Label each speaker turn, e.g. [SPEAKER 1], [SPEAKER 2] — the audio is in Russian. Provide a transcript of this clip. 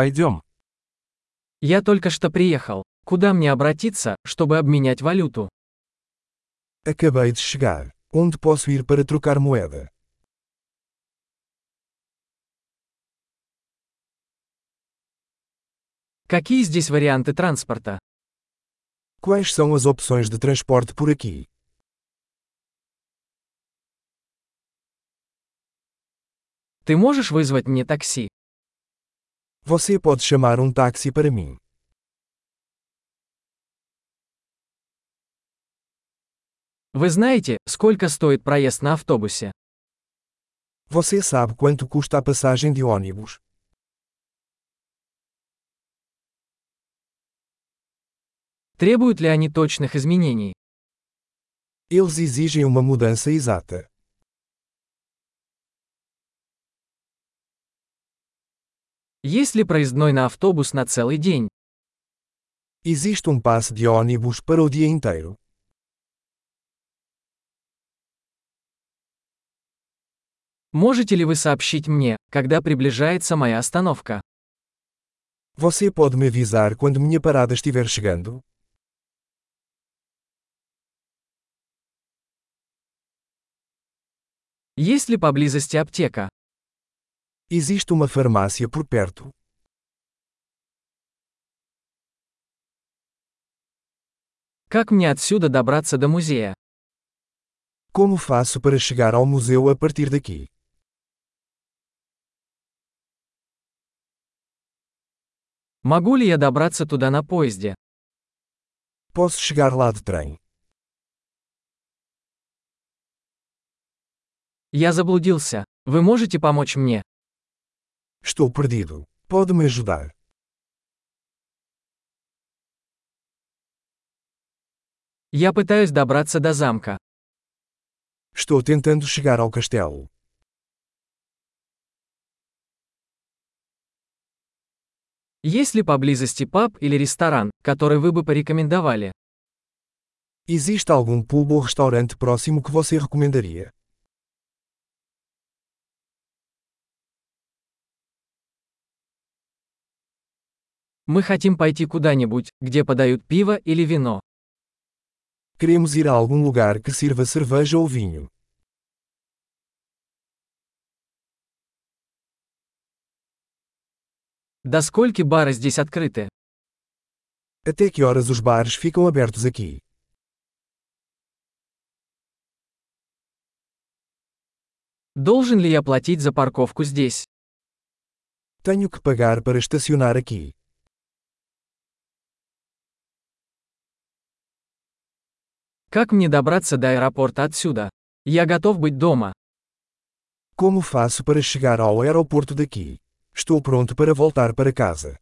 [SPEAKER 1] Пойдем.
[SPEAKER 2] Я только что приехал. Куда мне обратиться, чтобы обменять валюту?
[SPEAKER 3] Acabei de chegar. Onde posso ir para trocar moeda?
[SPEAKER 2] Какие здесь варианты транспорта?
[SPEAKER 3] Quais são as opções de transporte por aqui?
[SPEAKER 2] Ты можешь вызвать мне такси?
[SPEAKER 3] Você pode chamar um táxi para mim.
[SPEAKER 2] Вы знаете, сколько стоит проезд на автобусе?
[SPEAKER 3] Você sabe quanto custa a passagem de ônibus?
[SPEAKER 2] Требуют ли они точных изменений?
[SPEAKER 3] Eles exigem uma mudança exata.
[SPEAKER 2] Есть ли проездной на автобус на целый день?
[SPEAKER 3] Existe um passe de ônibus para o dia inteiro.
[SPEAKER 2] Можете ли вы сообщить мне, когда приближается моя остановка?
[SPEAKER 3] Você pode me avisar quando minha parada estiver chegando?
[SPEAKER 2] Есть ли поблизости аптека?
[SPEAKER 3] Existe uma farmácia por perto.
[SPEAKER 2] Как мне отсюда добраться до музея?
[SPEAKER 3] Como faço para chegar ao museu a partir daqui?
[SPEAKER 2] Могу ли я добраться туда на поезде?
[SPEAKER 3] Posso chegar lá de trem.
[SPEAKER 2] Я заблудился. Вы можете помочь мне?
[SPEAKER 3] Estou perdido. Pode me ajudar?
[SPEAKER 2] Я пытаюсь добраться до замка.
[SPEAKER 3] Estou tentando chegar ao castelo.
[SPEAKER 2] Есть ли поблизости паб или ресторан, который вы бы порекомендовали?
[SPEAKER 3] Existe algum pub ou restaurante próximo que você recomendaria?
[SPEAKER 2] Мы хотим пойти куда-нибудь, где подают пиво или вино.
[SPEAKER 3] Queremos ir a algum lugar que sirva cerveja ou vinho.
[SPEAKER 2] До скольки бары здесь открыты?
[SPEAKER 3] Até que horas os bares ficam abertos aqui?
[SPEAKER 2] Должен ли я платить за парковку здесь?
[SPEAKER 3] Tenho que pagar para estacionar aqui.
[SPEAKER 2] Как мне добраться до аэропорта отсюда? Я готов быть дома.
[SPEAKER 3] Como faço para chegar ao aeroporto daqui? Estou pronto para voltar para casa.